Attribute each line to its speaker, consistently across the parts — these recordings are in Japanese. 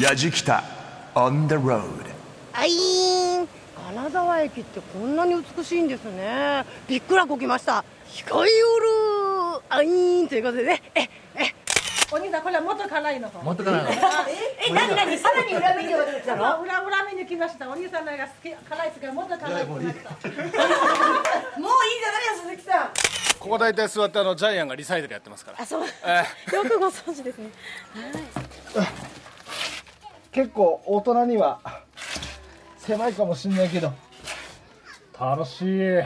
Speaker 1: やじきた on the road
Speaker 2: あいーん金沢駅ってこんなに美しいんですねびっくらこきました控えよるあいーんということでねええ
Speaker 3: お兄さんこれは元辛いの方
Speaker 4: 持ってかないの
Speaker 2: え何何さらに裏見てもらってきたの
Speaker 3: 裏裏目に来ましたお兄さんのが好き辛い好きは元辛いってなった
Speaker 2: もういいじゃないよ鈴木さん
Speaker 5: ここ大体座ってあのジャイアンがリサイタルやってますから
Speaker 3: あそう
Speaker 5: え
Speaker 3: よくご存知ですね
Speaker 6: 結構大人には 狭いかもしんないけど楽しい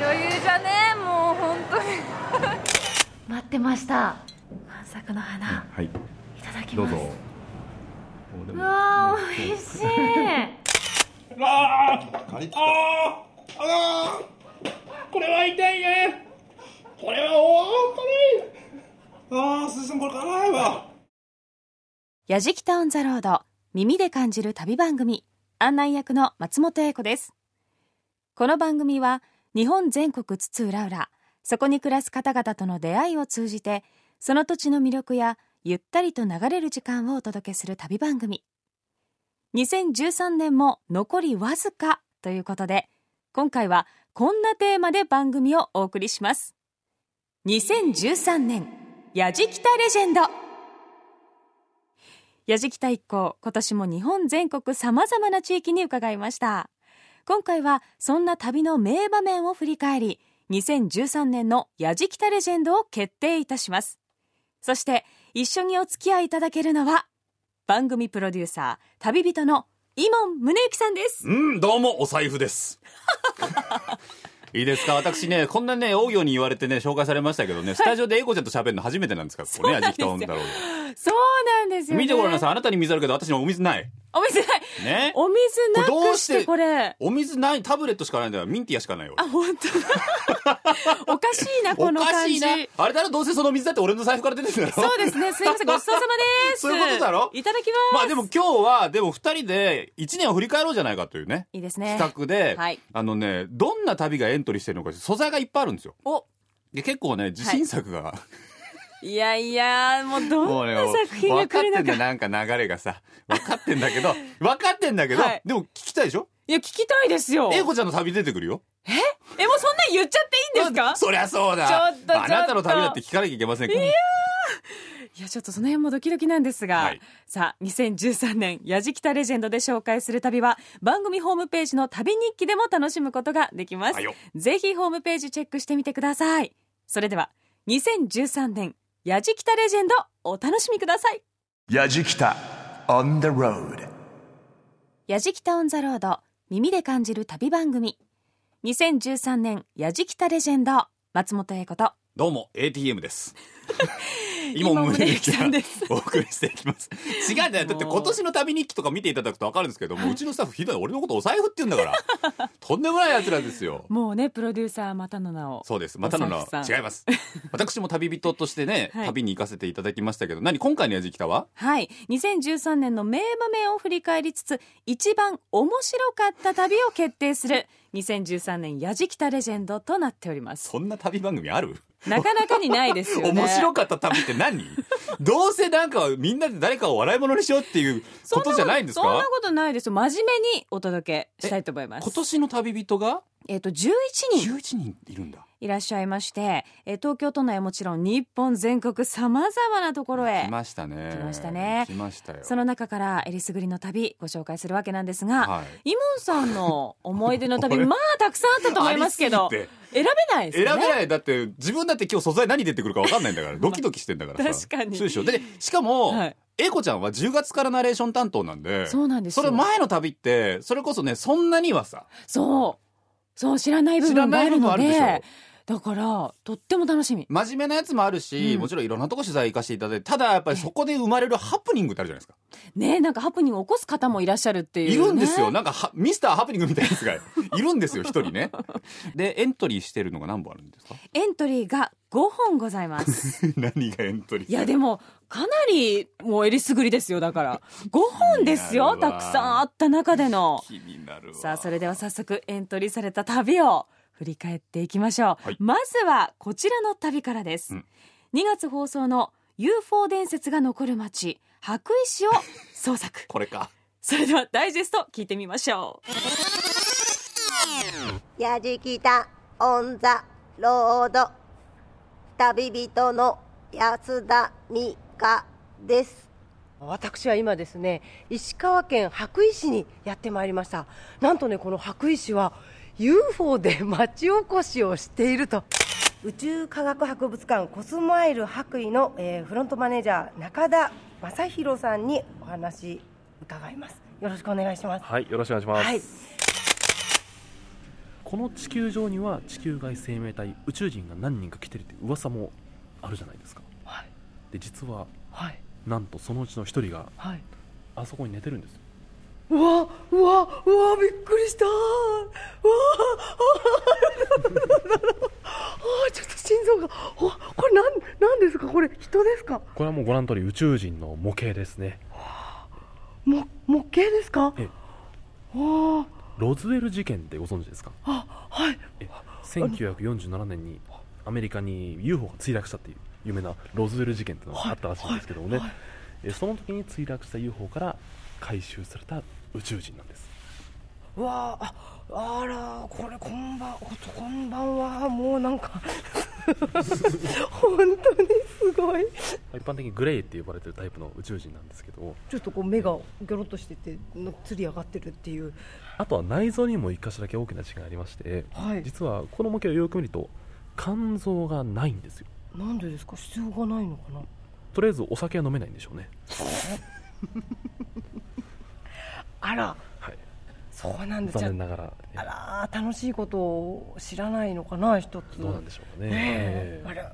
Speaker 7: 余裕じゃねえもう本当に待ってました満作の花
Speaker 8: はい
Speaker 7: いただき
Speaker 8: ど
Speaker 7: ま
Speaker 8: う
Speaker 7: す
Speaker 8: ぞ
Speaker 7: うわー美味しい
Speaker 9: これは痛いねこれは大辛いああすずさんこれ辛いわ
Speaker 10: ヤジキタウンザロード耳で感じる旅番組案内役の松本英子ですこの番組は日本全国津々浦々そこに暮らす方々との出会いを通じてその土地の魅力やゆったりと流れる時間をお届けする旅番組2013年も残りわずかということで今回はこんなテーマで番組をお送りします2013年ヤジキタレジェンド矢敷太一行今年も日本全国さまざまな地域に伺いました今回はそんな旅の名場面を振り返り2013年の矢敷太レジェンドを決定いたしますそして一緒にお付き合いいただけるのは番組プロデューサー旅人の伊門宗行さんです
Speaker 4: うん、どうも、お財布です。いいですか私ね、こんなね、大行に言われてね、紹介されましたけどね、スタジオで英子ちゃんと喋るの初めてなんですから、ここね、
Speaker 10: そうなんで
Speaker 4: 味き
Speaker 10: すよ
Speaker 4: たんだろ
Speaker 10: そうなんです
Speaker 4: う。
Speaker 10: よ、ね、
Speaker 4: 見てごらんなさい、あなたに水あるけど、私にお水ない。
Speaker 10: お水ない
Speaker 4: ね。
Speaker 10: お水な
Speaker 4: これどう
Speaker 10: く
Speaker 4: し
Speaker 10: しててこれ
Speaker 4: お水ない、タブレットしかないんだよ。ミンティアしかないよ。
Speaker 10: あ本当 だおかしいなこ
Speaker 4: お
Speaker 10: の
Speaker 4: か
Speaker 10: 感
Speaker 4: しい
Speaker 10: じ
Speaker 4: な。あれだろ、どうせその水だって俺の財布から出てるんだろ。
Speaker 10: そうですね。すいません。ごちそうさまです。
Speaker 4: そういうことだろ
Speaker 10: いただき
Speaker 4: ま
Speaker 10: ます。
Speaker 4: あでも今日は、でも二人で一年を振り返ろうじゃないかというね。
Speaker 10: いいですね。
Speaker 4: 企画で、
Speaker 10: はい
Speaker 4: あのね、どんな旅がエントリーしてるのか、素材がいっぱいあるんですよ。
Speaker 10: お、
Speaker 4: で結構ね、自信作が、
Speaker 10: いやいや、もうどんな作品が
Speaker 4: 分かっ
Speaker 10: 来
Speaker 4: て
Speaker 10: る
Speaker 4: んだ
Speaker 10: の
Speaker 4: よ
Speaker 10: か。
Speaker 4: なんか流れがさ分かってんだけど分かってんだけど、
Speaker 10: はい
Speaker 4: でも聞きたいでしょ
Speaker 10: いや、聞きたいですよ。え、
Speaker 4: 英
Speaker 10: もう
Speaker 4: 子ちゃんの旅出てくるよ
Speaker 10: そんなん言っちゃっていいんですか
Speaker 4: そりゃそうだ
Speaker 10: ちょっとちょっと
Speaker 4: あなたの旅だって聞かなきゃいけませんから
Speaker 10: いや、ちょっとその辺もドキドキなんですが、
Speaker 4: はい
Speaker 10: さあ、2013年、やじきたレジェンドで紹介する旅は、番組ホームページの旅日記でも楽しむことができます
Speaker 4: はよ。
Speaker 10: ぜひホームページチェックしてみてください。それでは、2013年、やじきたレジェンド、お楽しみください。
Speaker 1: やじきた on the road
Speaker 10: やじきたオンザロード耳で感じる旅番組2013年やじきたレジェンド松本英子と
Speaker 4: どうも ATM です
Speaker 10: 今
Speaker 4: も
Speaker 10: 宗行さんです
Speaker 4: お送りしていき ます違うんだよだって今年の旅日記とか見ていただくと分かるんですけどもううちのスタッフひどい俺のことお財布って言うんだからとんでもないやつらです よ
Speaker 10: もうねプロデューサーまたの名を
Speaker 4: そうです。またの名は
Speaker 10: お財布さん
Speaker 4: 違います。私も旅人としてね、
Speaker 10: はい
Speaker 4: 旅に行かせていただきましたけど、何今回のやじきたは
Speaker 10: はい2013年の名場面を振り返りつつ一番面白かった旅を決定する2013年やじきたレジェンドとなっております
Speaker 4: そんな旅番組ある
Speaker 10: なかなかにないです よね
Speaker 4: 面白かった旅って 何どうせなんかみんなで誰かを笑い物にしようっていう
Speaker 10: そ
Speaker 4: こ
Speaker 10: んな
Speaker 4: とじゃないんです
Speaker 10: そんな
Speaker 4: か
Speaker 10: ことないですよ真面目にお届けしたいと思います
Speaker 4: 今年の旅人が
Speaker 10: えっ、と11人
Speaker 4: 11人いるんだ。
Speaker 10: いらっしゃいまして、えー東京都内はもちろん日本全国さまざまなところへ
Speaker 4: 来ましたね。
Speaker 10: 来ましたね
Speaker 4: 来ましたよ。
Speaker 10: その中からえりすぐりの旅ご紹介するわけなんですが、
Speaker 4: は
Speaker 10: イモンさんの思い出 の旅
Speaker 4: 俺
Speaker 10: まあたくさんあったと思いますけ
Speaker 4: あ
Speaker 10: ど
Speaker 4: りすぎて
Speaker 10: 選べないです
Speaker 4: 選べ
Speaker 10: よね
Speaker 4: ないだって自分だって今日素材何出てくるか分かんないんだから ドキドキしてんだからさ
Speaker 10: 確かに
Speaker 4: そうでしょでしかも、
Speaker 10: はい
Speaker 4: 英子ちゃんは10月からナレーション担当なんで
Speaker 10: そうなんです
Speaker 4: そ
Speaker 10: よ
Speaker 4: れ前の旅ってそれこそねそんなにはさ
Speaker 10: そうそう知らない部
Speaker 4: 知ら
Speaker 10: 分が
Speaker 4: ない
Speaker 10: ある
Speaker 4: 部分
Speaker 10: の
Speaker 4: あるでしょ
Speaker 10: でだからとっても楽しみ
Speaker 4: 真面目なやつもあるし、もちろんいろんなとこ取材行かせていただいてただやっぱりそこで生まれるハプニングってあるじゃないですか
Speaker 10: ねえなんかハプニング起こす方もいらっしゃるっていう、ね、
Speaker 4: いるんですよなんかはミスターハプニングみたいなやつがいるんですよ一人ねでエントリーしてるのが何本あるんですか
Speaker 10: エントリーが5本ございます
Speaker 4: 何がエントリー
Speaker 10: いやでもかなりもうえりすぐりですよだから5本ですよ
Speaker 4: 気にな
Speaker 10: た
Speaker 4: るわ
Speaker 10: くさんあった中での
Speaker 4: 気になるわ
Speaker 10: さあそれでは早速エントリーされた旅を振り返っていきましょう、
Speaker 4: はい
Speaker 10: まずはこちらの旅からです、
Speaker 4: うん
Speaker 10: 2月放送の UFO 伝説が残る街羽咋石を捜索
Speaker 4: これか
Speaker 10: それではダイジェスト聞いてみましょう
Speaker 2: やじきたオンザロード旅人の安田美香です私は今ですね石川県羽咋市にやってまいりましたなんとねこの羽咋市は UFO で町おこしをしていると宇宙科学博物館コスマイル白衣の、えーフロントマネージャー中田正宏さんにお話伺いますよろしくお願いします
Speaker 8: はい、よろしくお願いします。
Speaker 2: はい
Speaker 8: この地球上には地球外生命体宇宙人が何人か来てるって噂もあるじゃないですか。
Speaker 2: はい
Speaker 8: で実は
Speaker 2: はい
Speaker 8: なんとそのうちの一人が
Speaker 2: はい
Speaker 8: あそこに寝てるんですよ。
Speaker 2: うわうわうわびっくりしたうわあああちょっと心臓があこれなんなんですかこれ人ですか
Speaker 8: これはもうご覧の通り宇宙人の模型ですね。
Speaker 2: も模型ですか
Speaker 8: ええ
Speaker 2: あ
Speaker 8: ロズウェル事件ってご存知ですか。
Speaker 2: あはい
Speaker 8: え1947年にアメリカに UFO が墜落したっていう有名なロズウェル事件っていうのがあったらしいんですけどもね、えその時に墜落した UFO から回収された宇宙人なんです
Speaker 2: うわああらこれこんばんこんばんはもうなんか本当にすごい
Speaker 8: 一般的にグレーって呼ばれてるタイプの宇宙人なんですけど
Speaker 2: ちょっとこう目がギョロッとしててのつり上がってるっていう
Speaker 8: あとは内臓にも一箇所だけ大きな違いがありまして、
Speaker 2: はい
Speaker 8: 実はこの模型をよく見ると肝臓がないんですよ
Speaker 2: なんでですか必要がないのかな
Speaker 8: とりあえずお酒は飲めないんでしょうね
Speaker 2: あら
Speaker 8: はい
Speaker 2: そうなんです
Speaker 8: 残念ながらえ
Speaker 2: あらー楽しいことを知らないのかな一つ
Speaker 8: どうなんでしょうかね、
Speaker 2: ねえ
Speaker 8: え
Speaker 2: あら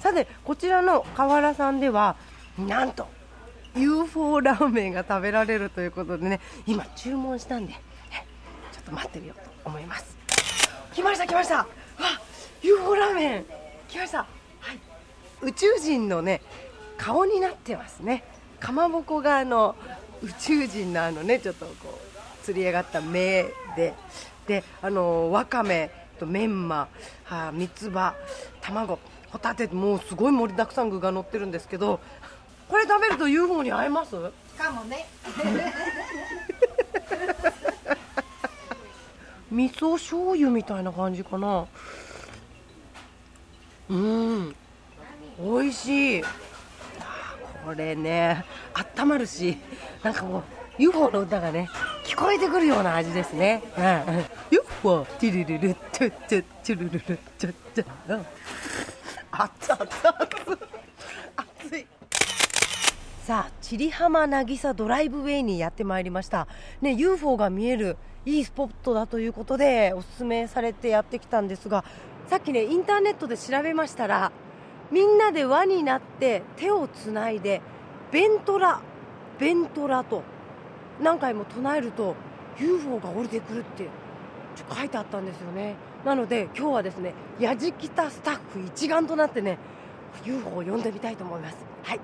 Speaker 2: さてこちらの河原さんではなんと UFO ラーメンが食べられるということでね今注文したんでねちょっと待ってみようと思います来ました来ましたわ UFO ラーメン来ましたはい宇宙人のね顔になってますねかまぼこがあの宇宙人のあのねちょっとこう釣り上がった目でであのわかめとメンマあ三つ葉卵ホタテもうすごい盛りだくさん具が乗ってるんですけどこれ食べると UFO に会えます
Speaker 3: かもね
Speaker 2: 味噌醤油みたいな感じかなうん美味しいあーこれねあったまるしなんかこう UFO の歌がね聞こえてくるような味ですね、うんうん、UFO チュルルルチュッチュッチュルルルチュッチュッうん熱っ熱っ熱い熱いさあ千里浜渚ドライブウェイにやってまいりました、ね、UFO が見えるいいスポットだということでおすすめされてやってきたんですがさっきねインターネットで調べましたらみんなで輪になって手をつないでベントラベントラと何回も唱えると UFO が降りてくるってちょ書いてあったんですよねなので今日はですねやじきたスタッフ一丸となってね UFO を呼んでみたいと思いますはい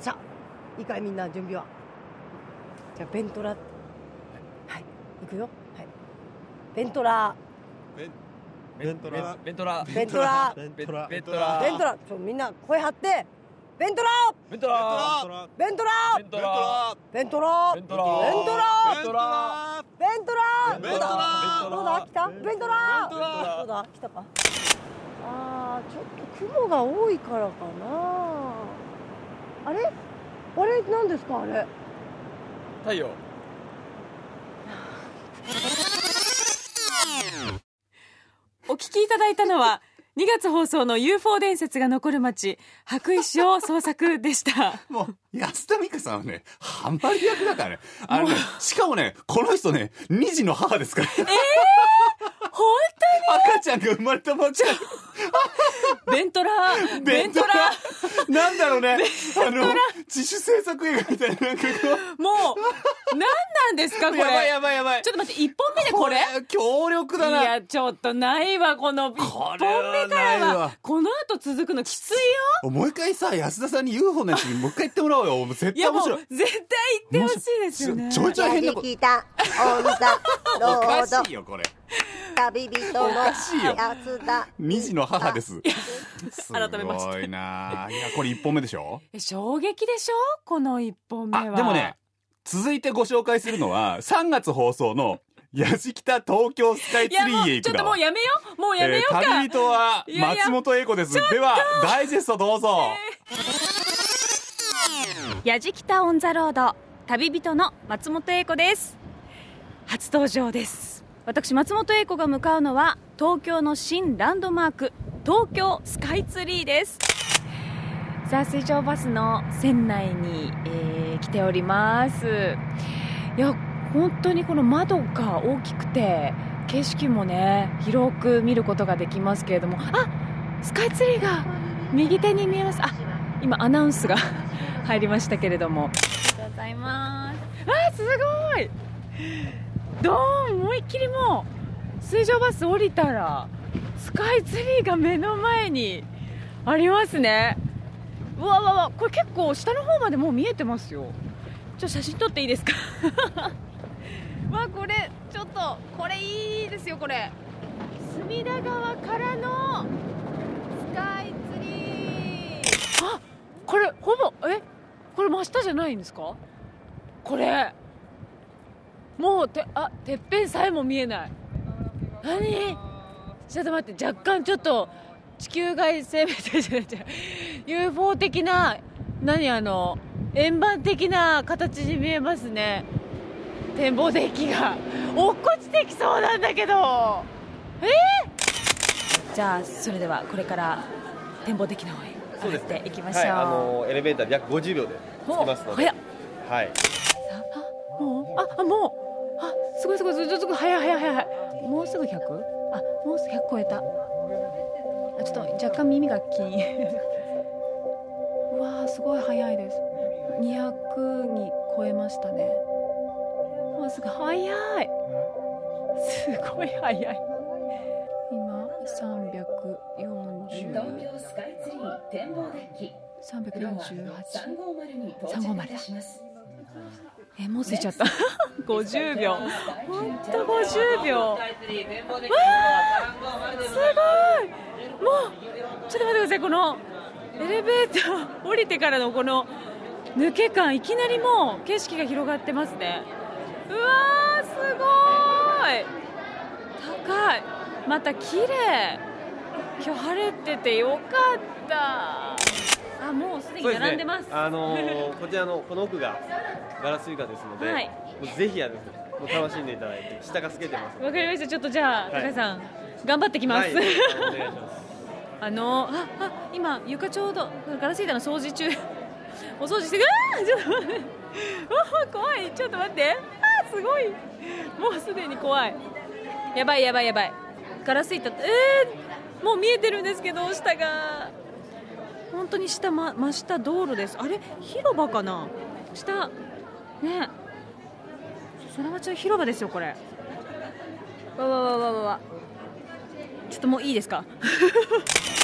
Speaker 2: さあいいかいみんな準備はじゃあベントラはい行くよはいベントラ
Speaker 9: ベントラベントラ
Speaker 2: ベントラベン
Speaker 11: ベントラベントラ
Speaker 2: トラちょみんな声張ってベントラ
Speaker 11: ベントラ
Speaker 2: ベントラ
Speaker 11: ベ
Speaker 2: ベン
Speaker 11: ントラ
Speaker 2: トラ
Speaker 11: ベ
Speaker 2: ベン
Speaker 11: ントラ
Speaker 2: トラ
Speaker 11: ベントラ
Speaker 2: ベントラ
Speaker 11: ベントラ
Speaker 2: どうだ来たベントラどうだ来たかあーちょっと雲が多いからかなあれあれ何ですかあれ
Speaker 11: 太陽
Speaker 10: お聞きいただいたのは2月放送の UFO 伝説が残る街羽咋石を捜索 でした
Speaker 4: もう安田美香さんはねハンマり役だからねあのねしかもねこの人ね2児の母ですから
Speaker 10: 本当に
Speaker 4: 赤ちゃんが生まれたばっかり。
Speaker 12: ベントラ
Speaker 4: ベントラなんだろうね。あの、自主制作映画みたいな、なんかこ
Speaker 12: もう、何なんですか、これ。
Speaker 4: やばいやばいやばい
Speaker 12: ちょっと待って、1本目でこれ
Speaker 4: これ強力だない
Speaker 12: や、ちょっとないわ、この1本目から
Speaker 4: ない
Speaker 12: は
Speaker 4: わ。
Speaker 12: この後続くのきついよ。
Speaker 4: う。もう一回さ、安田さんに UFO のやつにもう一回言ってもらおうよ。もう絶
Speaker 12: い
Speaker 4: 対
Speaker 12: や、
Speaker 4: 面
Speaker 12: もう、
Speaker 4: 白い。
Speaker 12: 絶対言ってほしいですよね。
Speaker 4: ちょいちょい変なこと。
Speaker 13: 聞いた
Speaker 4: お
Speaker 13: 女
Speaker 4: か
Speaker 13: ロード
Speaker 4: しいよ、これ。
Speaker 13: 旅人の
Speaker 4: おかしいよ
Speaker 13: 安田
Speaker 4: 二児の母です。すご
Speaker 12: 改めまして
Speaker 4: いなあいや、これ一本目でしょ
Speaker 12: え衝撃でしょこの1本目は。
Speaker 4: でもね、続いてご紹介するのは、3月放送の、やじきた東京スカイ
Speaker 12: い
Speaker 4: ツ
Speaker 12: や、
Speaker 4: リ
Speaker 12: も
Speaker 4: ーへ
Speaker 12: う、
Speaker 4: 行
Speaker 12: ちょ
Speaker 4: く
Speaker 12: っと
Speaker 4: だ
Speaker 12: も
Speaker 4: わ
Speaker 12: うやめよう。もうやめようか。
Speaker 4: えー旅人はい
Speaker 12: やいや
Speaker 4: 松本英子です。では、ダイジェストどうぞ。
Speaker 10: やじきたオンザロード旅人の松本英子です初登場です私松本英子が向かうのは東京の新ランドマーク東京スカイツリーですさあ水上バスの船内に、えー来ておりますいや本当にこの窓が大きくて景色もね広く見ることができますけれどもあスカイツリーが右手に見えますあ今アナウンスが 入りましたけれども
Speaker 7: りがとうございます
Speaker 10: あすごいドーン思いっきりもう水上バス降りたらスカイツリーが目の前にありますねうわうわうわこれ結構下の方までもう見えてますよちょっと写真撮っていいですか わこれちょっとこれいいですよこれ隅田川からのスカイツリーあこれほぼえこれ真下じゃないんですか
Speaker 12: これもうてあてっぺんさえも見えない何ちょっと待って若干ちょっと地球外生命体じゃないじゃ UFO 的な何あの円盤的な形に見えますね展望デッキが落っこちてきそうなんだけどえー、
Speaker 10: じゃあそれではこれから展望的な方へ
Speaker 11: そうです
Speaker 10: ね。行きましょう
Speaker 11: はい、あのエレベーターで約50秒で着きますので
Speaker 10: っ。
Speaker 11: はい。
Speaker 10: もうああもうあすごいすごいすごいすごい早い早い早い早いもうすぐ 100? あもうすぐ100超えたあちょっと若干耳がキー ンうわーすごい早いです200に超えましたねもうすぐ早いすごい早い今
Speaker 14: 東京スカイツリー展望デッキ
Speaker 10: 340348350
Speaker 14: 350に到着いたします
Speaker 10: えもう着いちゃ った50秒
Speaker 14: 本
Speaker 10: 当50秒わ
Speaker 14: あ
Speaker 10: すごいもうちょっと待ってくださいこのエレベーター降りてからのこの抜け感いきなりもう景色が広がってますねうわーすごい高いまた綺麗今日晴れててよかったあもうすでに並んでます
Speaker 11: あの ーこちらのこの奥がガラス床ですので、
Speaker 10: はい
Speaker 11: もうぜひあのもう楽しんでいただいて、下が透けてますので。
Speaker 10: わかりましたちょっとじゃあ、
Speaker 11: はい
Speaker 10: 高橋さん頑張ってきます、
Speaker 11: はい、お願いします。
Speaker 10: あのああ今床ちょうどガラス板の掃除中 お掃除してあーちょっと待って うわ怖いちょっと待ってあーすごいもうすでに怖いやばいやばいやばいガラス板えー、もう見えてるんですけど下が本当に下、ま、真下道路ですあれ広場かな下ねそらまちの広場ですよこれわわわわわわちょっともういいですか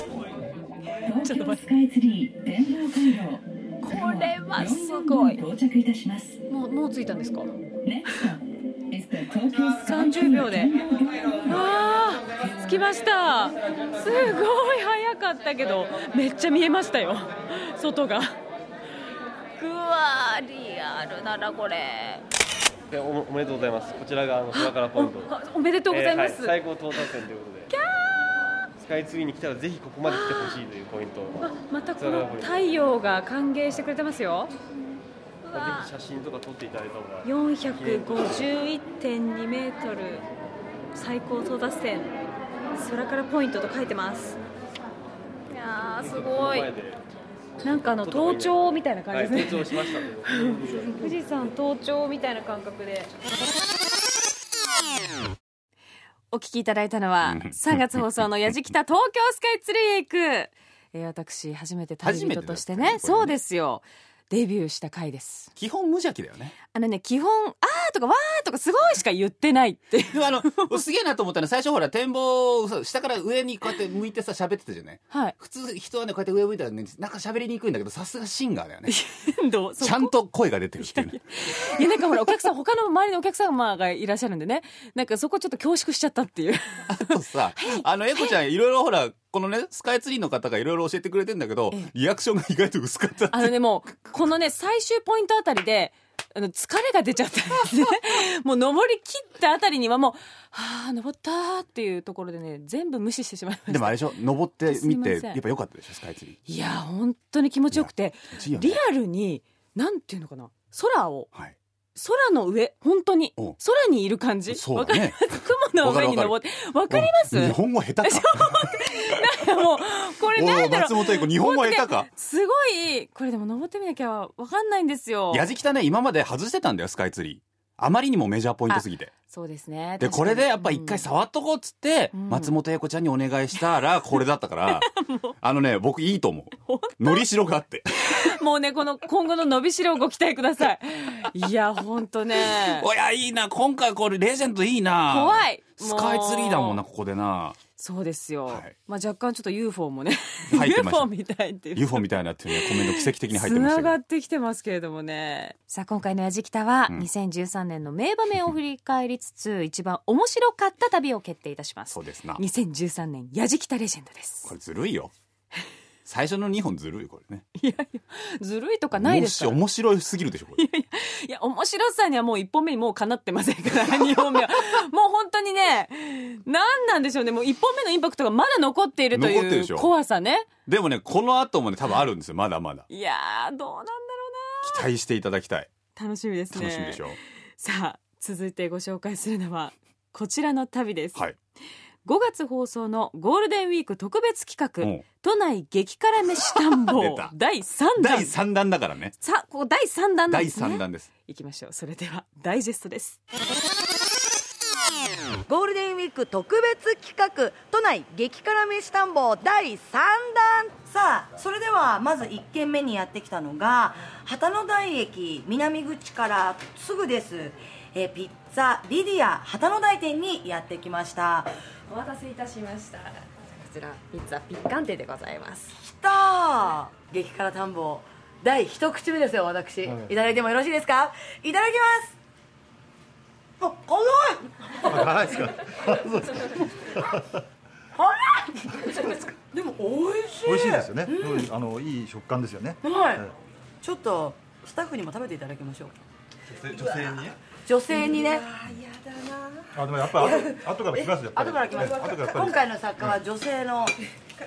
Speaker 14: 東京スカイツリー展望回路
Speaker 10: これはすごい。
Speaker 14: 到着いたします
Speaker 10: もうもう着いたんですか。
Speaker 14: 東京スカイツリー
Speaker 10: 30秒で。わあ、着きました。すごい早かったけど、めっちゃ見えましたよ。外が。うわーリアルだなこれ。
Speaker 11: でおおめでとうございます。こちらがあの空からポイント。
Speaker 10: あおめでとうございます
Speaker 11: えーは最高到達点ということで。スカイツリーに来たらぜひここまで来てほしいというポイント。
Speaker 10: あまたこの太陽が歓迎してくれてますよ。う
Speaker 11: ぜ
Speaker 10: わ
Speaker 11: ひ写真とか撮っていただいた方が。
Speaker 10: 451.2メートル最高到達点空からポイントと書いてますいやーすごいなんかあの
Speaker 11: 登
Speaker 10: 登頂みたいな
Speaker 11: は
Speaker 10: 感
Speaker 11: い、
Speaker 10: じで
Speaker 11: 登
Speaker 10: す
Speaker 11: 頂し
Speaker 10: ね
Speaker 11: ましたということで。
Speaker 10: 富士山登頂みたいな感覚でお聞きいただいたのは3月放送の「やじきた東京スカイツリーへ行く」えー私初めて旅人としてねそうですよデビューした回です
Speaker 4: 基本無邪気だよね
Speaker 10: あのね基本「あー」とか「わー」とかすごいしか言ってないっていう
Speaker 4: あのすげえなと思ったのは最初ほら展望をさ下から上にこうやって向いてさ喋ってたじゃない
Speaker 10: はい
Speaker 4: 普通人はねこうやって上向いたらねなんか喋りにくいんだけどさすがシンガーだよね
Speaker 10: どうそこ
Speaker 4: ちゃんと声が出てるっていうね
Speaker 10: いやなんかほらお客さん他の周りのお客様がいらっしゃるんでねなんかそこちょっと恐縮しちゃったっていう
Speaker 4: とさ、あの、エコちゃん、いろいろほら、このね、スカイツリーの方がいろいろ教えてくれてんだけど、リアクションが意外と薄かったって。
Speaker 10: あのねもうこのね最終ポイントあたりであの疲れが出ちゃったんです ねもう登り切ったあたりにはもうはあ登ったーっていうところでね全部無視してしまいました
Speaker 4: でもあれでしょ、登ってみて、
Speaker 10: すいません
Speaker 4: やっぱ良かったでしょ、スカイツリー。
Speaker 10: いや本当に気持ちよくて
Speaker 4: 気持ちいいよね
Speaker 10: リアルになんていうのかな空を、空の上本当に空にいる感じ
Speaker 4: そうだね
Speaker 10: わかります雲の上に登ってわかります
Speaker 4: 日本語下手か。
Speaker 10: なんかもうこれなんだろう
Speaker 4: おい松本英子日本語下手か
Speaker 10: 本当ねすごいこれでも登ってみなきゃわかんないんですよ
Speaker 4: やじきたね、今まで外してたんだよ、スカイツリー。あまりにもメジャーポイントすぎて。
Speaker 10: そうですね
Speaker 4: で、
Speaker 10: 確かに
Speaker 4: これでやっぱ一回触っとこうっつって、松本英子ちゃんにお願いしたら、これだった から、あのね、僕いいと思う。のりしろがあって。
Speaker 10: もうねこの今後の伸びしろをご期待くだ さいいや本当ね
Speaker 4: おや、いいな、今回これレジェンドいいな。
Speaker 10: 怖い
Speaker 4: スカイツリーだもんな、ここでな。
Speaker 10: そうですよ、まあ若干ちょっと UFO もね
Speaker 4: 入ってました
Speaker 10: UFO みたいっていう
Speaker 4: UFO みたいなっていうね、コメント奇跡的に入っ
Speaker 10: つ
Speaker 4: てました
Speaker 10: な
Speaker 4: け
Speaker 10: がってきて ますけれどもねさあ今回の「やじきた」は
Speaker 4: うん
Speaker 10: 2013年の名場面を振り返りつつ、一番面白かった旅を決定いたしますそう
Speaker 4: ですな
Speaker 10: 2013年「やじきたレジェンド」です
Speaker 4: ど。これずるいよ。最初の2本ずるい、これね。
Speaker 10: ずるいとかないですから
Speaker 4: 面白いすぎるでしょ、こ れ。
Speaker 10: いや面白さにはもう1本目にもうかなってませんか ら2本目はもう本当にね何なんでしょうねもう1本目のインパクトがまだ残っていると
Speaker 4: 残ってる
Speaker 10: い
Speaker 4: でし
Speaker 10: う
Speaker 4: ょ
Speaker 10: 怖さね
Speaker 4: でもね、この後もね、多分あるんですよ、まだまだ。
Speaker 10: いやーどうなんだろ
Speaker 4: 期待していただきたい。
Speaker 10: う楽しみですね
Speaker 4: 楽しみでしょ。
Speaker 10: さあ続いてご紹介するのはこちらの旅です、
Speaker 4: はい
Speaker 10: 5月放送のゴールデンウィーク特別
Speaker 4: う
Speaker 10: 企
Speaker 4: ん
Speaker 10: 画都内激辛飯探
Speaker 4: 出
Speaker 10: 訪
Speaker 4: た
Speaker 10: 第3弾
Speaker 4: 第3弾だからね。
Speaker 10: さあここ第3弾なん
Speaker 4: 第
Speaker 10: ですね
Speaker 4: 3弾です。
Speaker 10: いきましょうそれではダイジェストです
Speaker 13: ゴールデンウィーク特別企画都内激辛飯探訪第3弾さあそれではまず1軒目にやってきたのが旗の台駅南口からすぐですえーピッツァリディア旗の台店にやってきました
Speaker 15: お待たせいたしましたこちらピッツァピッカンテでございます
Speaker 13: きたー激辛探訪第一口目ですよ私、
Speaker 15: はい
Speaker 13: いただいてもよろしいですかいただきますあ辛い
Speaker 16: 辛いです か
Speaker 13: 辛いでも美味しい
Speaker 16: 美味しいですよね、
Speaker 13: うん
Speaker 16: あのいい食感ですよね
Speaker 13: はい、ちょっとスタッフにも食べていただきましょう
Speaker 16: 女性にね
Speaker 13: 女性にね
Speaker 16: あでもやっぱ後後から来ますよ
Speaker 13: 後から来ます
Speaker 16: 後から
Speaker 13: 今回の作家は女性の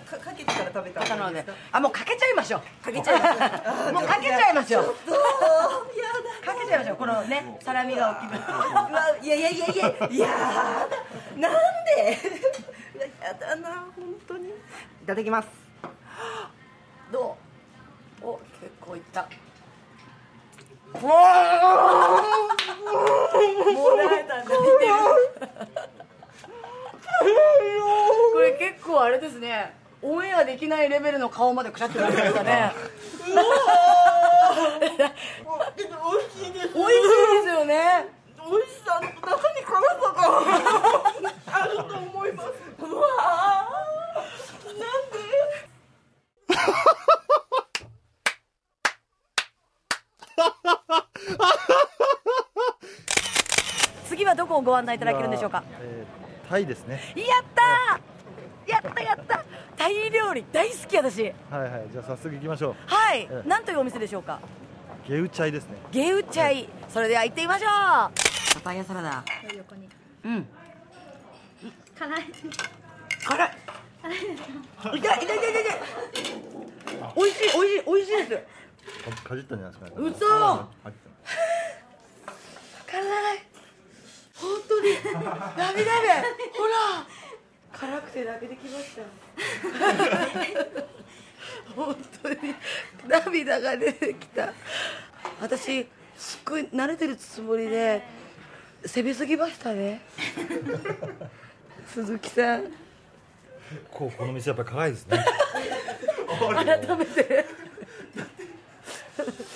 Speaker 13: かかけてから食べた方なのであもうかけちゃいましょうかけちゃいましょうもうかけちゃいましょう
Speaker 15: ちょっとや
Speaker 13: かけちゃいましょうこのねサラミが大きめ
Speaker 15: うわいやいやいやいやいやだなんでやだな本当に
Speaker 13: いただきますどうお結構いったうわーもう慣れたんで見てるこれ結構あれですねオンエアできないレベルの顔までくしゃってなりましたね
Speaker 15: うわ
Speaker 13: 美味しいです美味しいですよね美味しさの中に辛さがあると思いますうわーなんで次はどこをご案内いただけるんでしょうか
Speaker 16: えータイですね
Speaker 13: やったーやったやったタイ料理大好き私
Speaker 16: はいはいじゃあ早速行きましょう
Speaker 13: はい
Speaker 16: ええ
Speaker 13: 何というお店でしょうか
Speaker 16: ゲウチャイですね
Speaker 13: ゲウチャイそれでは行ってみましょうパパイヤサラダ
Speaker 7: 横に
Speaker 13: うん
Speaker 7: 辛い
Speaker 13: 辛い痛い痛い痛い痛い痛い美味しい美味しい美味しいです
Speaker 16: かかじったんじゃないですかね
Speaker 13: 嘘
Speaker 16: は
Speaker 13: 辛い本当にダメダメほら辛くて泣けてきました本当に涙が出てきた私すっごい慣れてるつもりで攻めすぎましたね
Speaker 15: 鈴木さん
Speaker 16: こうこの店やっぱり辛いですね
Speaker 15: 改めて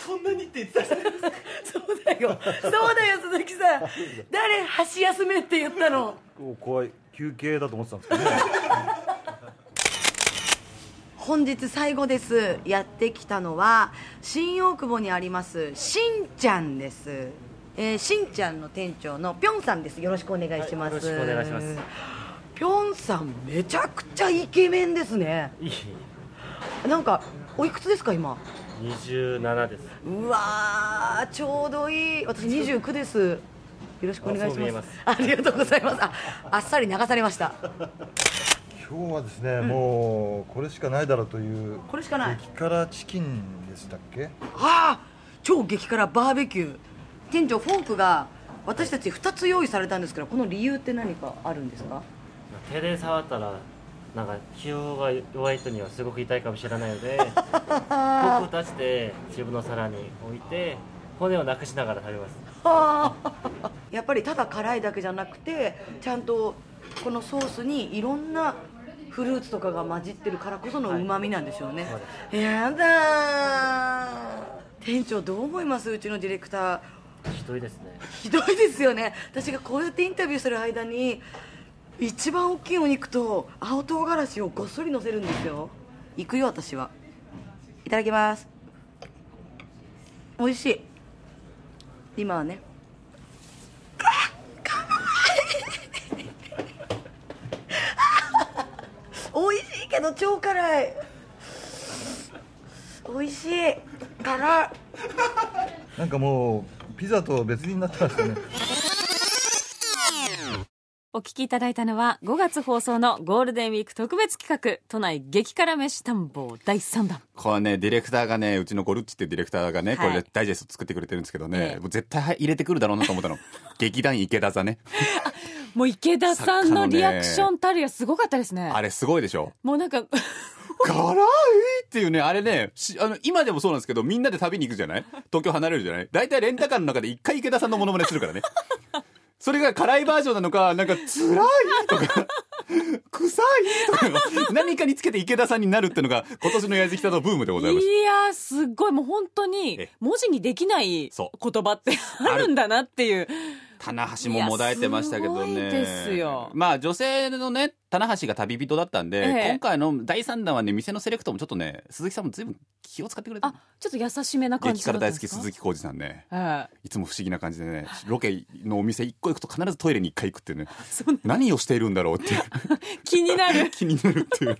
Speaker 13: そんなにって言ってたそうだよそうだよ鈴木さん誰箸休めって言ったの
Speaker 16: こう怖い休憩だと思ってたんですけど
Speaker 13: 本日最後ですやってきたのは新大久保にありますしんちゃんです、えー、しんちゃんの店長のぴょんさんですよろしくお願いします、
Speaker 17: よろしくお願いします
Speaker 13: ぴょんさんめちゃくちゃイケメンですね
Speaker 17: いい
Speaker 13: なんかおいくつですか今
Speaker 17: 27です
Speaker 13: うわーちょうどいい私29ですよろしくお願い
Speaker 17: あ
Speaker 13: し
Speaker 17: そう見
Speaker 13: ま
Speaker 17: え
Speaker 13: す
Speaker 17: ます
Speaker 13: ありがとうございますああっさり流されました
Speaker 16: 今日はですね、もうこれしかないだろうという
Speaker 13: これしかない
Speaker 16: 激辛チキンでしたっけ
Speaker 13: ああ超激辛バーベキュー店長フォークが私たち2つ用意されたんですけどこの理由って何かあるんですか
Speaker 17: 手で触ったらなんか気温が弱い人にはすごく痛いかもしれないので僕たちで自分の皿に置いて骨をなくしながら食べます
Speaker 13: はあ やっぱりただ辛いだけじゃなくてちゃんとこのソースにいろんなフルーツとかが混じってるからこそのうまみなんでしょうね、やだー店長どう思いますうちのディレクター
Speaker 17: ひどいですね
Speaker 13: ひどいですよね私がこうやってインタビューする間に一番大きいお肉と青唐辛子をごっそり乗せるんですよ行くよ私はいただきます美味しい今はね 美味しいけど超辛い美味しい辛い
Speaker 16: なんかもうピザと別になってましたね
Speaker 10: お聞きいただいたのは5月放送のゴールデンウィーク特別企画都内激辛飯探訪第3弾
Speaker 4: これねディレクターがねうちのゴルッチっていうディレクターがね、
Speaker 10: はい
Speaker 4: これダイジェスト作ってくれてるんですけどね、
Speaker 10: ええ
Speaker 4: もう絶対入れてくるだろうなと思ったの劇団池田座ね
Speaker 10: もう池田さん
Speaker 4: 作家
Speaker 10: の
Speaker 4: のね
Speaker 10: リアクションたるやすごかったですね
Speaker 4: あれすごいでしょ
Speaker 10: もうなんか
Speaker 4: 辛いっていうねあれねしあの今でもそうなんですけどみんなで旅に行くじゃない東京離れるじゃない大体レンタカーの中で一回池田さんのモノマネするからねそれが辛いバージョンなのかなんか辛いとか臭いとか何かにつけて池田さんになるってのが今年の矢作北のブームでご
Speaker 10: い
Speaker 4: ざいました
Speaker 10: やーすっごいもう本当に文字にできない言葉ってあるんだなっていう
Speaker 4: 棚橋ももだえてましたけどね
Speaker 10: いやすごいですよ
Speaker 4: まあ女性のね棚橋が旅人だったんで、
Speaker 10: ええ
Speaker 4: 今回の第3弾はね店のセレクトもちょっとね鈴木さんも随分気を使ってくれた
Speaker 10: ちょっと優しめな感
Speaker 4: 激
Speaker 10: じだ
Speaker 4: 辛
Speaker 10: ったん
Speaker 4: 大
Speaker 10: で
Speaker 4: 好き
Speaker 10: すか
Speaker 4: 鈴木浩二さんね
Speaker 10: え
Speaker 4: いつも不思議な感じでねロケのお店一個行くと必ずトイレに一回行くっていうね何をしているんだろうっていう
Speaker 10: え気になる
Speaker 4: 気になるっていう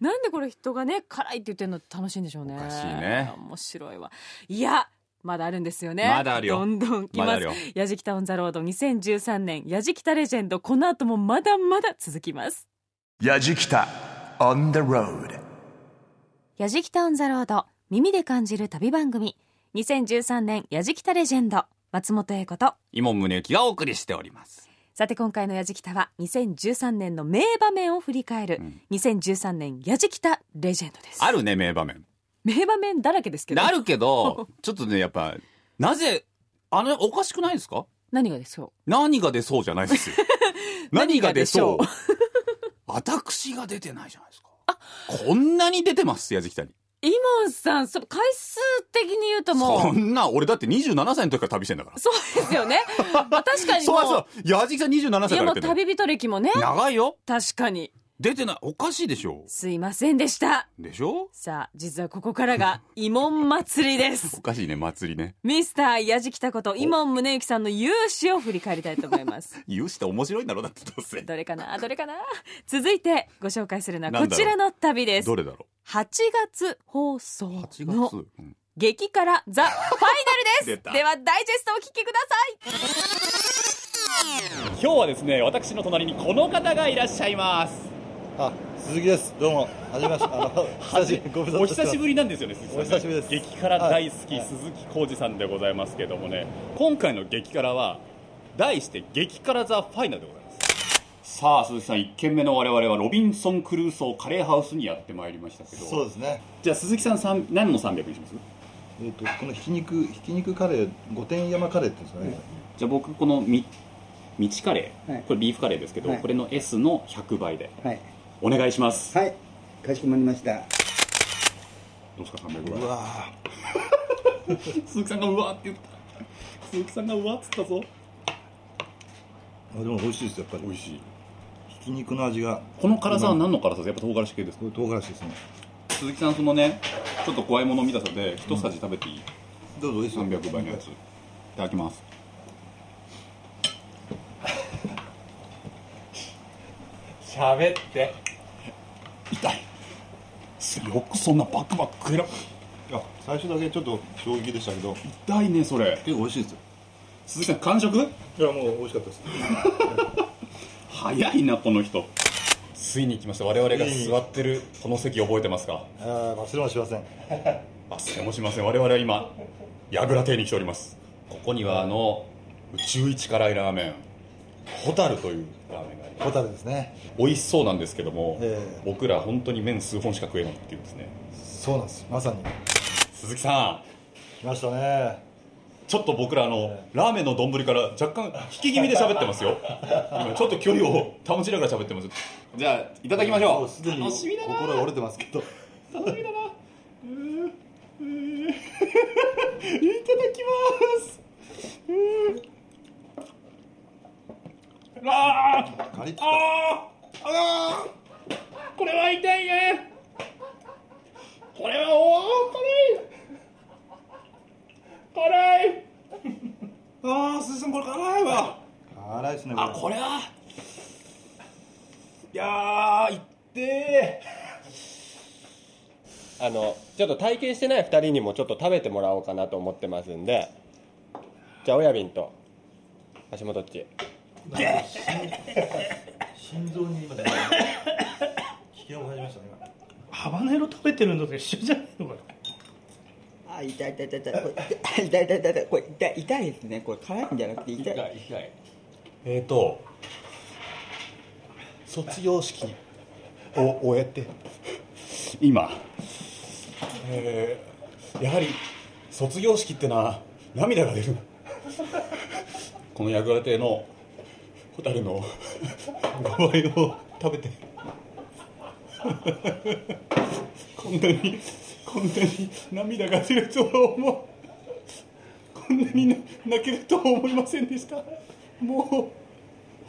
Speaker 10: なんでこれ人がね辛いって言ってるの楽しいんでしょうねおか
Speaker 4: しいね
Speaker 10: 面白いわいやまだあるんですよね
Speaker 4: まだあるよ
Speaker 10: どんどん来
Speaker 4: まだ
Speaker 10: ま
Speaker 4: あ
Speaker 10: す
Speaker 4: るよ
Speaker 10: 「やじきたオン・ザ・ロード2013年やじきたレジェンド」この後もまだまだ続きます
Speaker 1: ヤジキタ on the road
Speaker 10: やじきたオン・ザ・ロード耳で感じる旅番組2013年やじきたレジェンド松本英子と
Speaker 4: 伊門宗行がお送りしております
Speaker 10: さて今回の「やじきた」は2013年の名場面を振り返る、2013年やじきたレジェンドで す
Speaker 4: あるね名場面
Speaker 10: 名場面だらけですけど
Speaker 4: なるけど ちょっとねやっぱなぜあれおかしくないですか
Speaker 10: 何がですよ
Speaker 4: 何が出そうじゃない ですよ何が出そう 私が出てないじゃないですかこんなに出てます矢作谷
Speaker 10: イモンさんそ回数的に言うともう
Speaker 4: こんな俺だって27歳の時から旅してんだから
Speaker 10: そうですよ ねまあ確かにも
Speaker 4: そうそう矢作さん27歳
Speaker 10: い
Speaker 4: から
Speaker 10: やも
Speaker 4: やっ
Speaker 10: う
Speaker 4: てる
Speaker 10: 旅人歴もね
Speaker 4: 長いよ
Speaker 10: 確かに
Speaker 4: 出てないおかしいでしょ
Speaker 10: すいませんでした
Speaker 4: でしょ
Speaker 10: さあ実はここか らがイモン祭りです
Speaker 4: おかしいね祭りね
Speaker 10: ミスター矢じきたことイモン宗行さんの勇姿を振り返りたいと思いま す
Speaker 4: 言うして面白いんだろうだってどうせ
Speaker 10: どれかなどれかな続いてご紹介するのは
Speaker 4: な
Speaker 10: こ
Speaker 4: んだろう
Speaker 10: ちらの旅です
Speaker 4: どれだろ
Speaker 10: 8月放送
Speaker 4: う
Speaker 10: の
Speaker 4: 月
Speaker 10: 激辛ザ・ファイ ナル
Speaker 4: 出
Speaker 10: で
Speaker 4: た
Speaker 10: すではダイジェストをお聞きください
Speaker 4: 今日はですね私の隣にこの方がいらっしゃいます
Speaker 16: あ鈴木ですどうもはじめましてあの久しぶりご無沙汰
Speaker 4: お
Speaker 16: してます
Speaker 4: 久しぶりなんですよね、鈴木さんね
Speaker 16: お久しぶりです
Speaker 4: 激辛大好き、鈴木浩二さんでございますけどもね、今回の激辛は、題して、激辛ザ・ファイナルでございます。さあ、鈴木さん、1軒目の我々は、ロビンソン・クルーソーカレーハウスにやってまいりましたけど、
Speaker 16: そうですね
Speaker 4: じゃあ、鈴木さんさん、何の300にします
Speaker 16: えっ、とこのひき肉ひき肉カレー御殿山カレーって言うんですかね
Speaker 4: じゃあ僕この3
Speaker 18: ミチカレー、これビーフカレーですけど、これの S の100倍で、
Speaker 19: はい
Speaker 18: お願いします
Speaker 19: はいかしこまりました
Speaker 18: どうですか300倍うわ 鈴木さんがうわーって言った鈴木さんがうわーっつったぞ
Speaker 20: あでも美味しいですやっぱり美味しいひき肉の味が
Speaker 18: この辛さは何の辛さですかやっぱ唐辛子系ですか
Speaker 20: 唐辛子ですね
Speaker 18: 鈴木さんそのねちょっと怖いもの見たさで一さじ食べていい、どうぞ300倍のやついただき ます
Speaker 11: 喋って
Speaker 18: よくそんなバクバク食えら
Speaker 20: あ最初だけちょっと衝撃でしたけど
Speaker 18: 痛いねそれ
Speaker 20: 結構美味しいですよ
Speaker 18: 鈴木さん完食い
Speaker 20: やもう美味しかったです
Speaker 18: 早いなこの人ついに来ました我々が座ってるこの席覚えてますか
Speaker 20: あー忘れもしません
Speaker 18: 忘れもしません我々は今矢倉亭に来ておりますここにはあの宇宙一辛いラーメンホタルというラーメンがあります
Speaker 20: ホタルですね
Speaker 18: 美味しそうなんですけども、
Speaker 20: え
Speaker 18: 僕ら本当に麺数本しか食えないっていうですね
Speaker 20: そうなんですまさに
Speaker 18: 鈴木さ
Speaker 20: ん来ましたね
Speaker 18: ちょっと僕らあのラーメンの丼から若干引き気味で喋ってます よ今ちょっと距離を保ちながら喋ってますじゃあいただきましょう
Speaker 20: もすでに
Speaker 18: 楽しみだな
Speaker 20: 心が折れてますけど
Speaker 18: 楽しみだなうーうーいただきますう
Speaker 9: ーあーあーあーこれは痛いねこれはおー辛い辛いああすずさんこれ辛いわ
Speaker 20: 辛いですね
Speaker 9: あこれ
Speaker 18: いやーいって
Speaker 21: あのちょっと体験してない2人にもちょっと食べてもらおうかなと思ってますんでじゃあ親瓶と橋本っち
Speaker 20: 心臓に今ね危険を感じましたね
Speaker 9: ハバネロ食べてるのと一緒じゃないのかな
Speaker 22: あ痛い痛い痛い痛いこれ痛い痛い痛い痛いこれ痛い痛いですねこれ辛いんじゃなくて痛い痛い
Speaker 18: 痛いえっ、ー、と卒業式を終えて今、えーやはり卒業式ってのは涙が出るこの役柄亭の蛍の5倍を食べてこんなにこんなに涙が出るとは思うこんなに泣けるとは思いませんでしたもう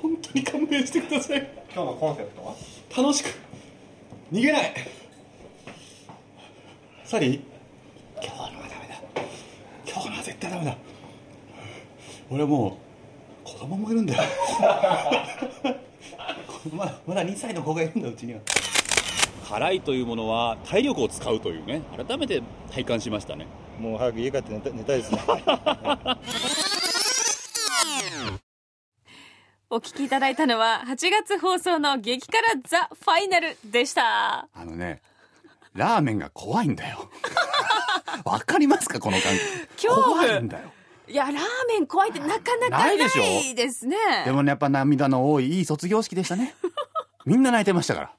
Speaker 18: 本当に勘弁してください
Speaker 20: 今日のコンセプトは
Speaker 18: 楽しく逃げないサリー今日のはダメだ今日のは絶対ダメだ俺はもう子供もいるんだよ まだまだ2歳の子がいるんだうちには辛いというものは体力を使うというね改めて体感しましたね
Speaker 20: もう早く家帰って寝た寝たいですね
Speaker 10: お聞きいただいたのは8月放送の激辛ザファイナルでした。
Speaker 4: あのねラーメンが怖いんだよ わかりますかこの感じ
Speaker 10: 恐怖
Speaker 4: 怖いんだよ
Speaker 10: いや、ラーメン怖いってなかなかな
Speaker 4: ないいでしょ
Speaker 10: ですね。
Speaker 4: でもねやっぱ涙の多いいい卒業式でしたねみんな泣いてましたか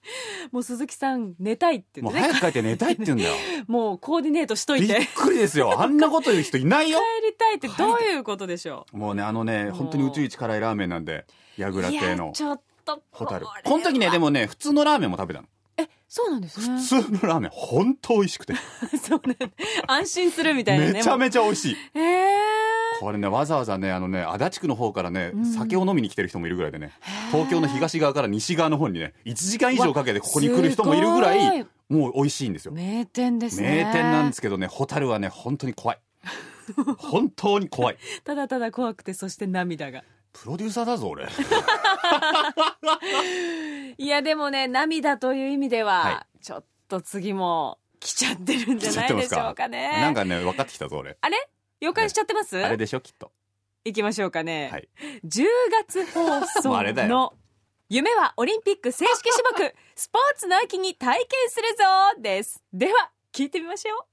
Speaker 10: もう鈴木さん寝たいって
Speaker 4: らも
Speaker 10: 言
Speaker 4: う
Speaker 10: ってね
Speaker 4: 早く帰って寝たいって言うんだ よ
Speaker 10: もうコーディネートしとい。
Speaker 4: びってくりですよあんなこと言う人いない
Speaker 10: 帰
Speaker 4: よ
Speaker 10: りたいってどういうことでしょ
Speaker 4: もうねあのね本当に宇宙一辛いラーメンなんで矢
Speaker 10: う。
Speaker 4: 倉
Speaker 10: い
Speaker 4: 亭
Speaker 10: や、
Speaker 4: の
Speaker 10: ちょっと。
Speaker 4: ホタルこの時ねでもね普通のラーメンも食べたの
Speaker 10: そうなんですね。
Speaker 4: 普通のラーメン本当美味しくて
Speaker 10: 安心するみたいなね。
Speaker 4: めちゃめちゃ美味
Speaker 10: い。
Speaker 4: しい
Speaker 10: ええ
Speaker 4: これねわざわざねあのね足立区の方からね、
Speaker 10: うん
Speaker 4: 酒を飲みに来てる人もいるぐらいでね東京の東側から西側の方にね1時間以上かけてここに来る人もいるぐら
Speaker 10: わすご
Speaker 4: い
Speaker 10: い
Speaker 4: もう美味しいんですよ
Speaker 10: 名店ですね。
Speaker 4: 名店なんですけどねホタルはね本当に怖い 本当に怖い
Speaker 10: ただただ怖くて、そして涙が。
Speaker 4: プロデューサーだぞ俺
Speaker 10: いや、でもね、涙という意味では、
Speaker 4: は
Speaker 10: ちょっと次も来ちゃってるんじゃないでしょうかね。
Speaker 4: なんかね分かってきたぞ俺
Speaker 10: あれ予感しちゃってます、
Speaker 4: あれでしょきっと
Speaker 10: いきましょうかね。10月放
Speaker 4: もうあれだ
Speaker 10: 送の
Speaker 4: よ
Speaker 10: 夢はオリンピック正式種目スポーツの秋に体験するぞです。では、聞いてみましょう。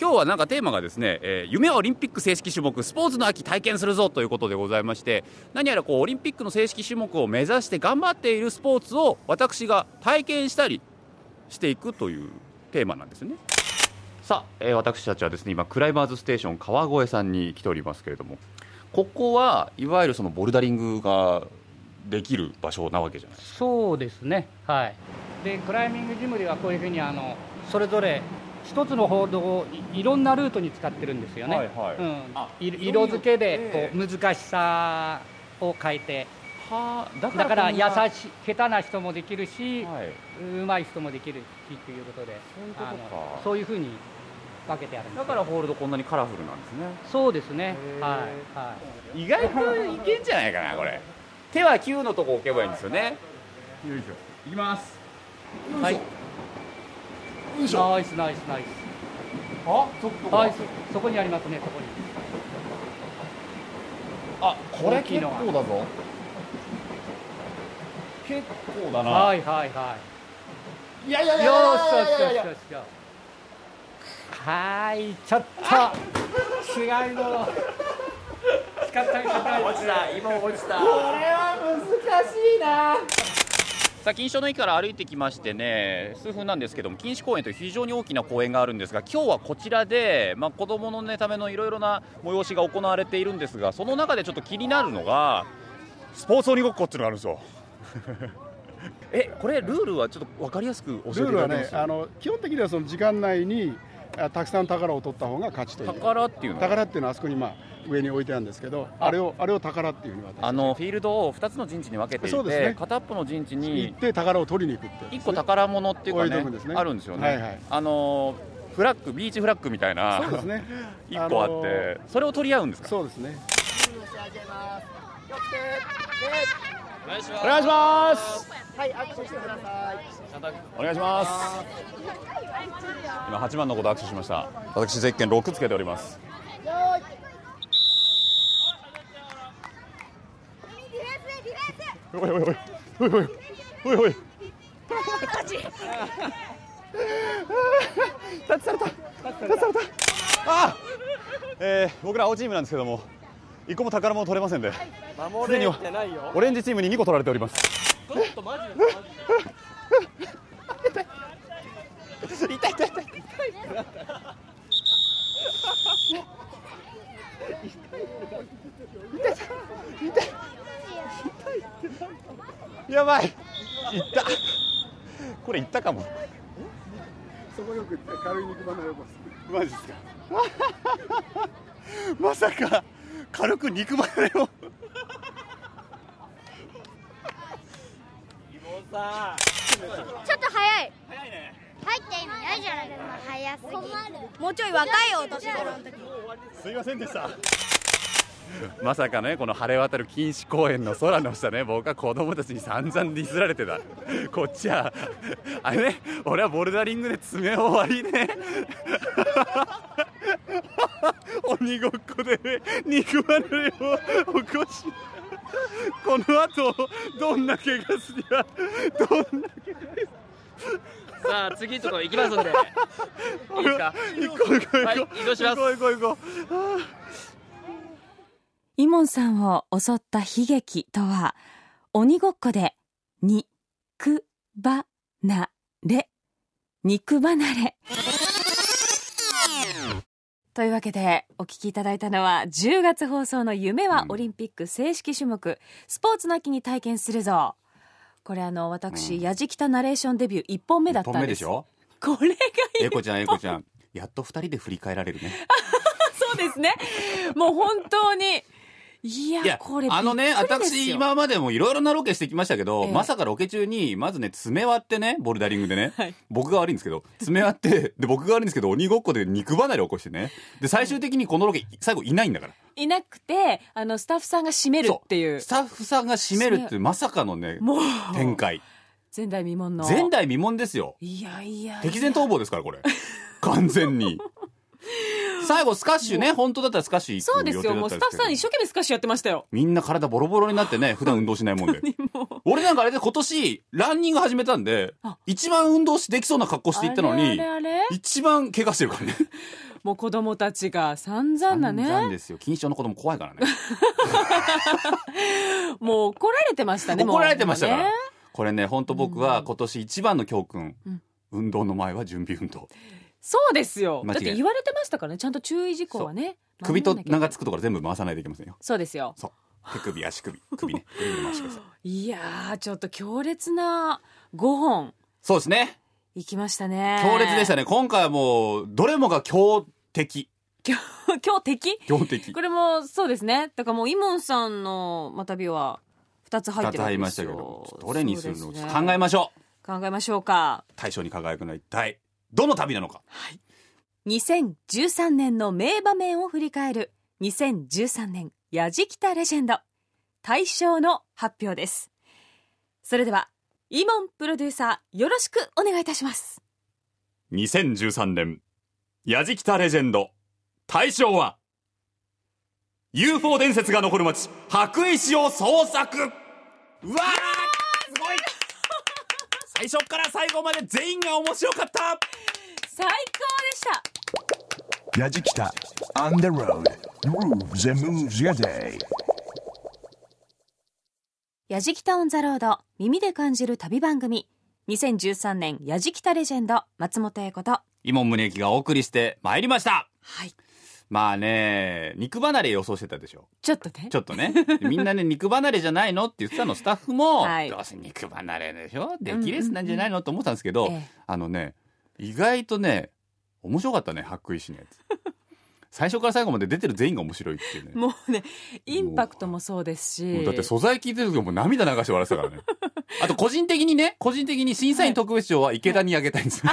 Speaker 4: 今日はなんかテーマがですね、えー夢はオリンピック正式種目スポーツの秋体験するぞということでございまして何やらこうオリンピックの正式種目を目指して頑張っているスポーツを私が体験したりしていくというテーマなんですねさあ、えー私たちはですね今クライマーズステーション川越さんに来ておりますけれどもここはいわゆるそのボルダリングができる場所なわけじゃないですか
Speaker 5: そうですね、はい、でクライミングジムではこういうふうにあのそれぞれ一つの報道をいいろんなルートに使ってるんですよね、
Speaker 4: はいはい
Speaker 5: うん、い色付けでこう難しさを変えて。だ
Speaker 4: だ
Speaker 5: から
Speaker 4: からこんな
Speaker 5: 優しい下手な人もできるし、うまい人もできるしということでそういう
Speaker 4: ことか
Speaker 5: そういうふうに分けてあるんです
Speaker 4: だからホールドこんなにカラフルなんですね
Speaker 5: そうですねはいは
Speaker 4: 意外といけんじゃないかなこれ手は9のとこ置けばいいんですよねよいしょいきます
Speaker 5: いはいナイスナイスナイスあそこはいそそこにありますねそこにあ
Speaker 4: これ結構だぞ
Speaker 5: 結構
Speaker 4: だな
Speaker 5: はいはいはい
Speaker 4: やいやいやい
Speaker 5: よ
Speaker 4: や
Speaker 5: ーしよし
Speaker 4: い
Speaker 5: よ
Speaker 4: やい
Speaker 5: し
Speaker 4: やいや
Speaker 5: よしよしはいちょっと違いのを使ったみたい
Speaker 4: 落ちた今落ちた
Speaker 5: これは難しいな
Speaker 4: さあ錦糸町の駅から歩いてきましてね数分なんですけども錦糸公園という非常に大きな公園があるんですが今日はこちらで、まあ、子どもの、ね、ためのいろいろな催しが行われているんですがその中でちょっと気になるのがスポーツ鬼ごっこっていうのがあるんですよ えこれルールはちょっと分かりやすく教えてい
Speaker 6: ルー
Speaker 4: た
Speaker 6: ルは
Speaker 4: だけま
Speaker 6: ね
Speaker 4: す
Speaker 6: あの基本的にはその時間内にあたくさん宝を取った方が勝ちという
Speaker 4: 宝っていうのは
Speaker 6: 宝っていうのはあそこに、まあ、上に置いてあるんですけどあれをあれを宝っていうふうに私
Speaker 4: あのフィールドを2つの陣地に分けてい
Speaker 6: そう
Speaker 4: て、
Speaker 6: ですね
Speaker 4: 片っぽの陣地
Speaker 6: 行
Speaker 4: に
Speaker 6: って宝を取りに行くっていう
Speaker 4: 1個宝物っていうか
Speaker 6: 置いと
Speaker 4: ね
Speaker 6: くんですね
Speaker 4: あるんですよね、
Speaker 6: はいはい
Speaker 4: あのフラッグビーチフラッグみたいな
Speaker 6: そうです ね
Speaker 4: 1個あって、
Speaker 6: あの
Speaker 4: それを取り合うんですか
Speaker 6: そうですね
Speaker 4: お願いしますお願いします
Speaker 23: はい、握手してください。
Speaker 4: お願いします今8番のこと握手しました私ゼッケン6つけております
Speaker 23: よーい。
Speaker 4: おいおいおいおいおいおいタッチされたタッチされたあー、えー、僕ら青チームなんですけども一個も宝物取れませんで
Speaker 21: 守れてないよ
Speaker 4: オレンジチームに2個取られております
Speaker 21: ちょっとマジで
Speaker 4: 痛い痛い痛いやばいいったこれいったかも
Speaker 6: そこよく行って軽い肉離れを起こす
Speaker 4: マジですかまさか軽く肉離れを
Speaker 21: さ
Speaker 24: ちょっと早い早いね入って意味ないじゃないか早すぎもうちょい若いよ年頃の時
Speaker 4: すいませんでしたまさかねこの晴れ渡る錦糸公園の空の下ね僕は子供たちに散々ディスられてたこっちはあれね俺はボルダリングで爪を割りね鬼ごっこで肉離れを起こしこの後どんな怪我すりゃどんな
Speaker 25: さあ次のとこ行きますんでいいですか
Speaker 4: 行こう行こう
Speaker 25: はい
Speaker 4: 行こう
Speaker 25: 移動します
Speaker 4: 行こう行こう行こうあー
Speaker 10: イモンさんを襲った悲劇とは、鬼ごっこで、に、く、ば、な、れ、肉離れ。というわけで、お聞きいただいたのは、10月放送の夢はオリンピック正式種目、スポーツの秋に体験するぞ。これあの、私、やじきたナレーションデビュー1本目だったんです。
Speaker 4: 本目でしょ
Speaker 10: これが
Speaker 4: 英子ちゃん英子ちゃんやっと二人で振り返られるね
Speaker 10: そうですね。もう本当に。い や、
Speaker 4: いや
Speaker 10: これ
Speaker 4: あのね、
Speaker 10: びっくりです
Speaker 4: 私、
Speaker 10: よ
Speaker 4: 今までもいろいろなロケしてきましたけど、
Speaker 10: ええ
Speaker 4: まさかロケ中に、まずね、爪割ってね、ボルダリングでね、僕が悪いんですけど、爪割って、で、僕が悪いんですけど、鬼ごっこで肉離れ起こしてね、で、最終的にこのロケ、最後いないんだから。
Speaker 10: いなくて、あの、スタッフさんが閉めるっていう。
Speaker 4: スタッフさんが締めるっていう、まさかのね、展開。
Speaker 10: 前代未聞の。
Speaker 4: 前代未聞ですよ。
Speaker 10: いやいやいや。
Speaker 4: 敵前逃亡ですから、これ。完全 に。最後、スカッシュね、本当だったらスカッシュ行く
Speaker 10: そうです
Speaker 4: 予定
Speaker 10: よ。
Speaker 4: だ
Speaker 10: も
Speaker 4: った
Speaker 10: うス
Speaker 4: んで
Speaker 10: タッ
Speaker 4: す
Speaker 10: フ
Speaker 4: け
Speaker 10: さ
Speaker 4: ど
Speaker 10: ん。一生懸命スカッシュやってましたよ。
Speaker 4: みんな体ボロボロになって ね、普段運動しないもんで。俺なんかあれで今年、ランニング始めたんで、一番運動しできそうな格好していったの
Speaker 10: あ
Speaker 4: に
Speaker 10: れ、あれあれ
Speaker 4: 一番怪我してるからね。
Speaker 10: もう子供たちが散々
Speaker 4: な
Speaker 10: な
Speaker 4: ん
Speaker 10: ね。
Speaker 4: ですよ。錦糸町の子供怖いからね。
Speaker 10: もう怒られてましたね。もう
Speaker 4: 怒られてましたか
Speaker 10: もう
Speaker 4: ら
Speaker 10: ね。
Speaker 4: これね、本当僕は今年一番の教訓
Speaker 10: うん。
Speaker 4: 運動の前は準備運動。
Speaker 10: そうですよ。
Speaker 4: 間
Speaker 10: だっ
Speaker 4: 違いない
Speaker 10: て言われてましたからね。ちゃんと注意事項はね。
Speaker 4: 首と名がつくところ全部回さないといけませんよ
Speaker 10: そうですよ
Speaker 4: 手首足首首ねぐるぐる回してください
Speaker 10: いやーちょっと強烈な5本
Speaker 4: そうですね
Speaker 10: いきましたね
Speaker 4: 強烈でしたね今回はもうどれもが強敵
Speaker 10: 強 強敵
Speaker 4: 強敵
Speaker 10: これもそうですねだからもうイモンさんのまたびは2つ入っ
Speaker 4: 2
Speaker 10: て
Speaker 4: つ
Speaker 10: る
Speaker 4: 入り
Speaker 10: んで
Speaker 4: まし
Speaker 10: す
Speaker 4: たけ
Speaker 10: よ
Speaker 4: どどれにするの
Speaker 10: そう
Speaker 4: か
Speaker 10: ですね
Speaker 4: 考えましょう
Speaker 10: 考えましょうか
Speaker 4: 大賞に輝くのは一体どの旅なのか
Speaker 10: 2013年の名場面を振り返る2013年やじきたレジェンド大賞の発表ですそれではイモンプロデューサーよろしくお願いいたします
Speaker 4: 2013年やじきたレジェンド大賞は UFO 伝説が残る街白衣市を捜索うわーすごい最初から最後まで全員が面白かった
Speaker 10: 最高でした
Speaker 1: ヤジキタ On the road Grooves and moves your day
Speaker 18: やじきたオン・ザ・ロード耳で感じる旅番組2013年やじきたレジェンド松本英子と
Speaker 4: 伊門宗行がお送りしてまいりましたまあね肉離れ予想してたでしょ
Speaker 10: ちょっとね
Speaker 4: ちょっとねみんなね肉離れじゃないのって言ってたのスタッフも、どうせ肉離れでしょデキレスなんじゃないのと思ったんですけど、
Speaker 10: ええ
Speaker 4: あのね意外とね面白かったね白衣石のやつ最初から最後まで出てる全員が面白いっていうね
Speaker 10: もうねインパクトもそうです
Speaker 4: も
Speaker 10: し
Speaker 4: うだって素材聞いてる時はもう涙流して笑ってた からねあと個人的にね個人的に審査員特別賞は池田にあげたいんですよ、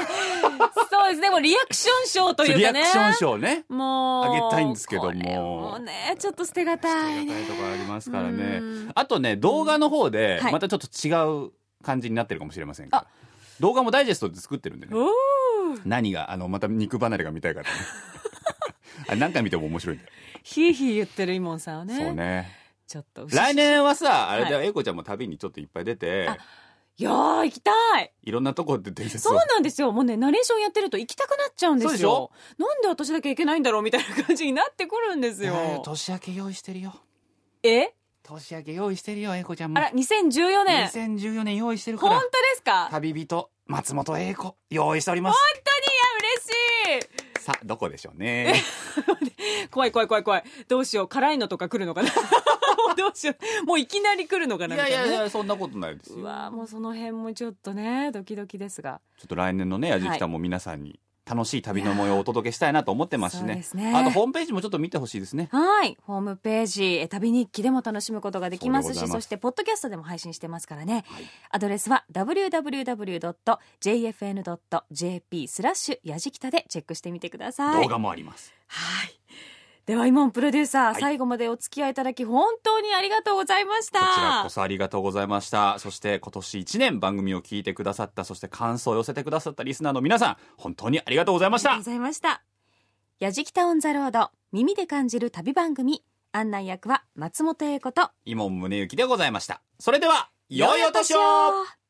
Speaker 10: そうですねもうリアクション賞というかね
Speaker 4: リアクション賞ね
Speaker 10: もう
Speaker 4: あげたいんですけども
Speaker 10: もうねちょっと捨てがたいね
Speaker 4: とかありますからね。あとね動画の方で
Speaker 10: はい
Speaker 4: またちょっと違う感じになってるかもしれませんが、
Speaker 10: あ
Speaker 4: 動画もダイジェストで作ってるんでね
Speaker 10: おー
Speaker 4: 何があのまた肉離れが見たい から、ね、あれ何回見ても面白いんだよ、
Speaker 10: ひいひい言ってるイモンさんをね
Speaker 4: そうね
Speaker 10: ちょっと
Speaker 4: 来年はさあれだよ
Speaker 10: は
Speaker 4: 英子、ちゃんも旅にちょっといっぱい出て
Speaker 10: いやー行きたい
Speaker 4: いろんなとこで伝説
Speaker 10: そ
Speaker 4: を
Speaker 10: うなんですよもうねナレーションやってると行きたくなっちゃうんですよ
Speaker 4: そうでしょ
Speaker 10: なんで私だけ行けないんだろうみたいな感じになってくるんですよ
Speaker 4: はい年明け用意してるよ
Speaker 10: え
Speaker 4: 年明け用意してるよ英子ちゃん
Speaker 10: あら2014年
Speaker 4: 2014年用意してるから
Speaker 10: 本当ですか
Speaker 4: 旅人松本英子用意しておりま
Speaker 10: 本
Speaker 4: す
Speaker 10: 当にいや嬉し
Speaker 4: さあどこでしょう ね
Speaker 10: い怖い怖い怖い怖いどうしよう辛いのとか来るのかな どうしようもういきなり来るのかなみたいなね
Speaker 4: そんなことないですよ
Speaker 10: うわーもうその辺もちょっとねドキドキですが
Speaker 4: ちょっと来年のねやじきたも皆さんに楽しい旅の模様をお届けしたいなと思ってますし
Speaker 10: いやー
Speaker 4: ね
Speaker 10: そうですね
Speaker 4: あとホームページもちょっと見てほしいですね
Speaker 10: はいホームページえ旅日記でも楽しむことができま
Speaker 4: そう
Speaker 10: すし
Speaker 4: で
Speaker 10: そ
Speaker 4: ございます
Speaker 10: してポッドキャストでも配信してますからね、アドレスは www.jfn.jp スラッシュやじきたでチェックしてみてください
Speaker 4: 動画もあります
Speaker 10: ではイモンプロデューサー、最後までお付き合いいただき本当にありがとうございました
Speaker 4: こちらこそありがとうございましたそして今年1年番組を聞いてくださったそして感想を寄せてくださったリスナーの皆さん本当にありがとうございまし
Speaker 18: ありがと
Speaker 4: た
Speaker 18: うございましたやじきたオン・ザ・ロード耳で感じる旅番組案内役は松本英子と
Speaker 4: 伊門宗行でございましたそれでは良いお年を
Speaker 18: 良いお年を